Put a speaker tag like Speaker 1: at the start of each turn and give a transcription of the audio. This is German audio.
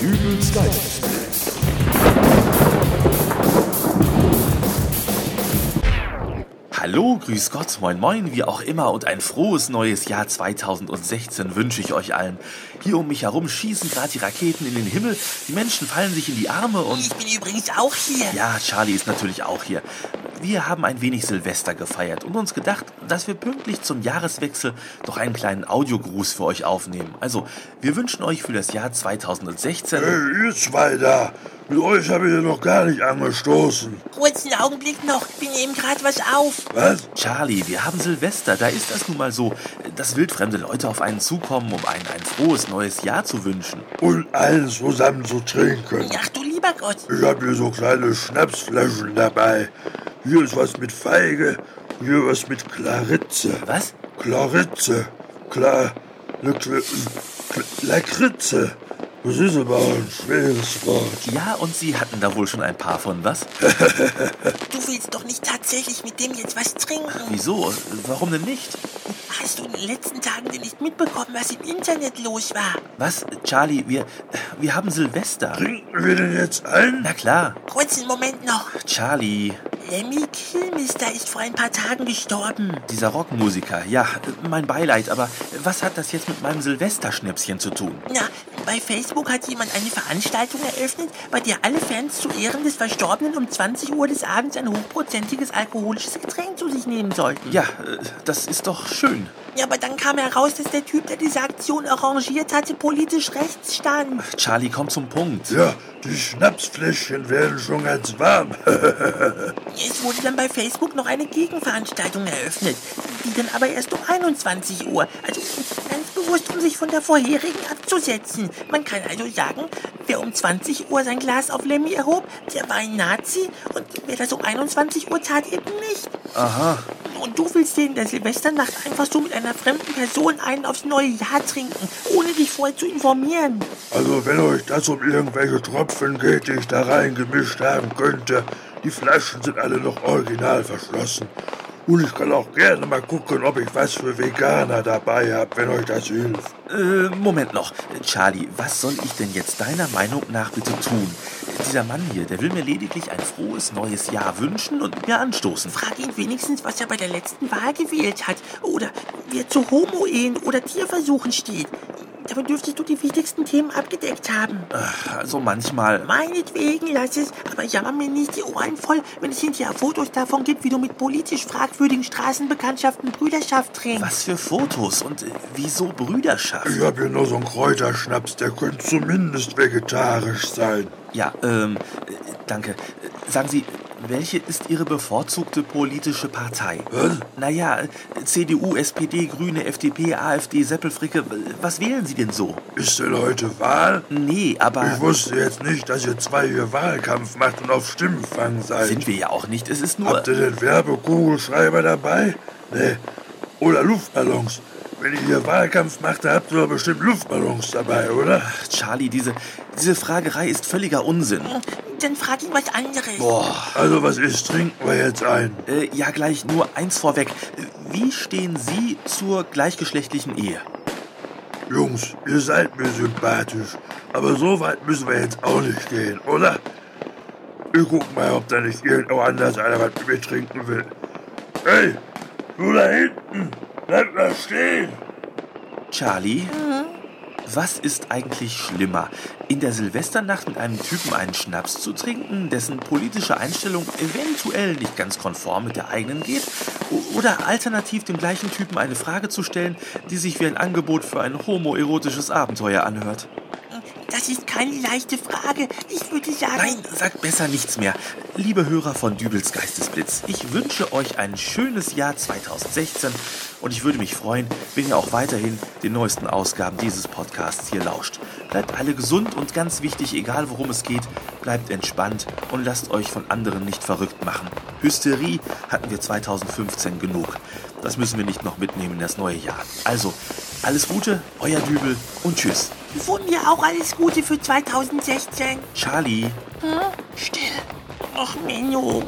Speaker 1: Übelst geil.
Speaker 2: Hallo, grüß Gott, moin moin, wie auch immer und ein frohes neues Jahr 2016 wünsche ich euch allen. Hier um mich herum schießen gerade die Raketen in den Himmel, die Menschen fallen sich in die Arme und...
Speaker 3: Ich bin übrigens auch hier.
Speaker 2: Ja, Charlie ist natürlich auch hier. Wir haben ein wenig Silvester gefeiert und uns gedacht, dass wir pünktlich zum Jahreswechsel doch einen kleinen Audiogruß für euch aufnehmen. Also, wir wünschen euch für das Jahr 2016...
Speaker 4: Äh, ihr zwei da, mit euch habe ich ja noch gar nicht angestoßen.
Speaker 3: Kurzen Augenblick noch. Wir nehmen gerade was auf.
Speaker 4: Was?
Speaker 2: Charlie, wir haben Silvester. Da ist das nun mal so, dass wildfremde Leute auf einen zukommen, um einen ein frohes neues Jahr zu wünschen.
Speaker 4: Und allen zusammen zu trinken.
Speaker 3: Ach du lieber Gott.
Speaker 4: Ich habe hier so kleine Schnapsflaschen dabei. Hier ist was mit Feige, hier was mit Klaritze.
Speaker 2: Was?
Speaker 4: Klaritze, Klar, ne, Kl- Kl- Lakritze. Das ist aber auch ein schweres Wort.
Speaker 2: Ja, und Sie hatten da wohl schon ein paar von, was?
Speaker 3: Du willst doch nicht tatsächlich mit dem jetzt was trinken.
Speaker 2: Wieso? Warum denn nicht?
Speaker 3: Hast du in den letzten Tagen denn nicht mitbekommen, was im Internet los war?
Speaker 2: Was? Charlie, wir, wir haben Silvester.
Speaker 4: Trinken wir denn jetzt ein?
Speaker 2: Na klar,
Speaker 3: Kurzen Moment noch.
Speaker 2: Charlie,
Speaker 3: Lemmy Kilmister ist vor ein paar Tagen gestorben.
Speaker 2: dieser Rockmusiker. Ja, mein Beileid, aber was hat das jetzt mit meinem Silvesterschnäpschen zu tun?
Speaker 3: Na, bei Facebook hat jemand eine Veranstaltung eröffnet, bei der alle Fans zu Ehren des Verstorbenen um 20 Uhr des Abends ein hochprozentiges alkoholisches Getränk zu sich nehmen sollten.
Speaker 2: Ja, äh, das ist doch schön.
Speaker 3: Ja, aber dann kam heraus, dass der Typ, der diese Aktion arrangiert hatte, politisch rechts stand.
Speaker 2: Charlie, komm zum Punkt.
Speaker 4: Ja, die Schnapsfläschchen werden schon ganz warm.
Speaker 3: Es wurde dann bei Facebook noch eine Gegenveranstaltung eröffnet, die dann aber erst um 21 Uhr, also ganz bewusst, um sich von der vorherigen abzusetzen. Man kann also sagen, wer um 20 Uhr sein Glas auf Lemmy erhob, der war ein Nazi und wer das um 21 Uhr tat, eben nicht.
Speaker 2: Aha.
Speaker 3: Und du willst dir in der Silvesternacht einfach so mit einer fremden Person einen aufs neue Jahr trinken, ohne dich vorher zu informieren.
Speaker 4: Also wenn euch das um irgendwelche Tropfen geht, die ich da reingemischt haben könnte, die Flaschen sind alle noch original verschlossen. Und ich kann auch gerne mal gucken, ob ich was für Veganer dabei habe, wenn euch das hilft.
Speaker 2: Äh, Moment noch. Charlie, was soll ich denn jetzt deiner Meinung nach bitte tun? Dieser Mann hier, der will mir lediglich ein frohes neues Jahr wünschen und mir anstoßen.
Speaker 3: Frag ihn wenigstens, was er bei der letzten Wahl gewählt hat. Oder wer zu Homo-Ehen oder Tierversuchen steht. Damit dürftest du die wichtigsten Themen abgedeckt haben.
Speaker 2: Also manchmal.
Speaker 3: Meinetwegen lass es, aber jammer mir nicht die Ohren voll, wenn es hinterher Fotos davon gibt, wie du mit politisch fragwürdigen Straßenbekanntschaften Brüderschaft trinkst.
Speaker 2: Was für Fotos und äh, wieso Brüderschaft?
Speaker 4: Ich habe hier nur so einen Kräuterschnaps, der könnte zumindest vegetarisch sein.
Speaker 2: Ja, ähm, äh, danke. Äh, Sagen Sie, welche ist Ihre bevorzugte politische Partei?
Speaker 4: Was?
Speaker 2: Naja, äh, CDU, SPD, Grüne, FDP, AfD, Seppelfricke. äh, Was wählen Sie denn so?
Speaker 4: Ist denn heute Wahl?
Speaker 2: Nee,
Speaker 4: Ich
Speaker 2: aber
Speaker 4: wusste jetzt nicht, dass ihr zwei hier Wahlkampf macht und auf Stimmenfang seid.
Speaker 2: sind wir ja auch nicht. Es ist nur.
Speaker 4: halt. Habt ihr den Werbekugelschreiber dabei? Nee. Oder Luftballons. Wenn ihr hier Wahlkampf macht, da habt ihr doch bestimmt Luftballons dabei, oder?
Speaker 2: Charlie, diese, diese Fragerei ist völliger Unsinn.
Speaker 3: Dann frag ihn was anderes.
Speaker 2: Boah.
Speaker 4: Also was ist, trinken wir jetzt ein.
Speaker 2: Äh, ja, gleich nur eins vorweg. Äh, Wie stehen Sie zur gleichgeschlechtlichen Ehe?
Speaker 4: Jungs, ihr seid mir sympathisch. Aber so weit müssen wir jetzt auch nicht gehen, oder? Ich guck mal, ob da nicht irgendwo anders einer was mit mir trinken will. Hey, du da hinten, bleib mal stehen.
Speaker 2: Charlie, was ist eigentlich schlimmer? In der Silvesternacht mit einem Typen einen Schnaps zu trinken, dessen politische Einstellung eventuell nicht ganz konform mit der eigenen geht? O- Oder alternativ dem gleichen Typen eine Frage zu stellen, die sich wie ein Angebot für ein homoerotisches Abenteuer anhört?
Speaker 3: Das ist keine leichte Frage. Ich würde sagen...
Speaker 2: Nein, sagt besser nichts mehr. Liebe Hörer von Dübels Geistesblitz, ich wünsche euch ein schönes Jahr 2016 und ich würde mich freuen, wenn ihr auch weiterhin den neuesten Ausgaben dieses Podcasts hier lauscht. Bleibt alle gesund und ganz wichtig, egal worum es geht, bleibt entspannt und lasst euch von anderen nicht verrückt machen. Hysterie hatten wir 2015 genug. Das müssen wir nicht noch mitnehmen in das neue Jahr. Also, alles Gute, euer Dübel und tschüss.
Speaker 3: Von mir auch alles Gute für 2016.
Speaker 2: Charlie.
Speaker 3: Still. Ach, Menno.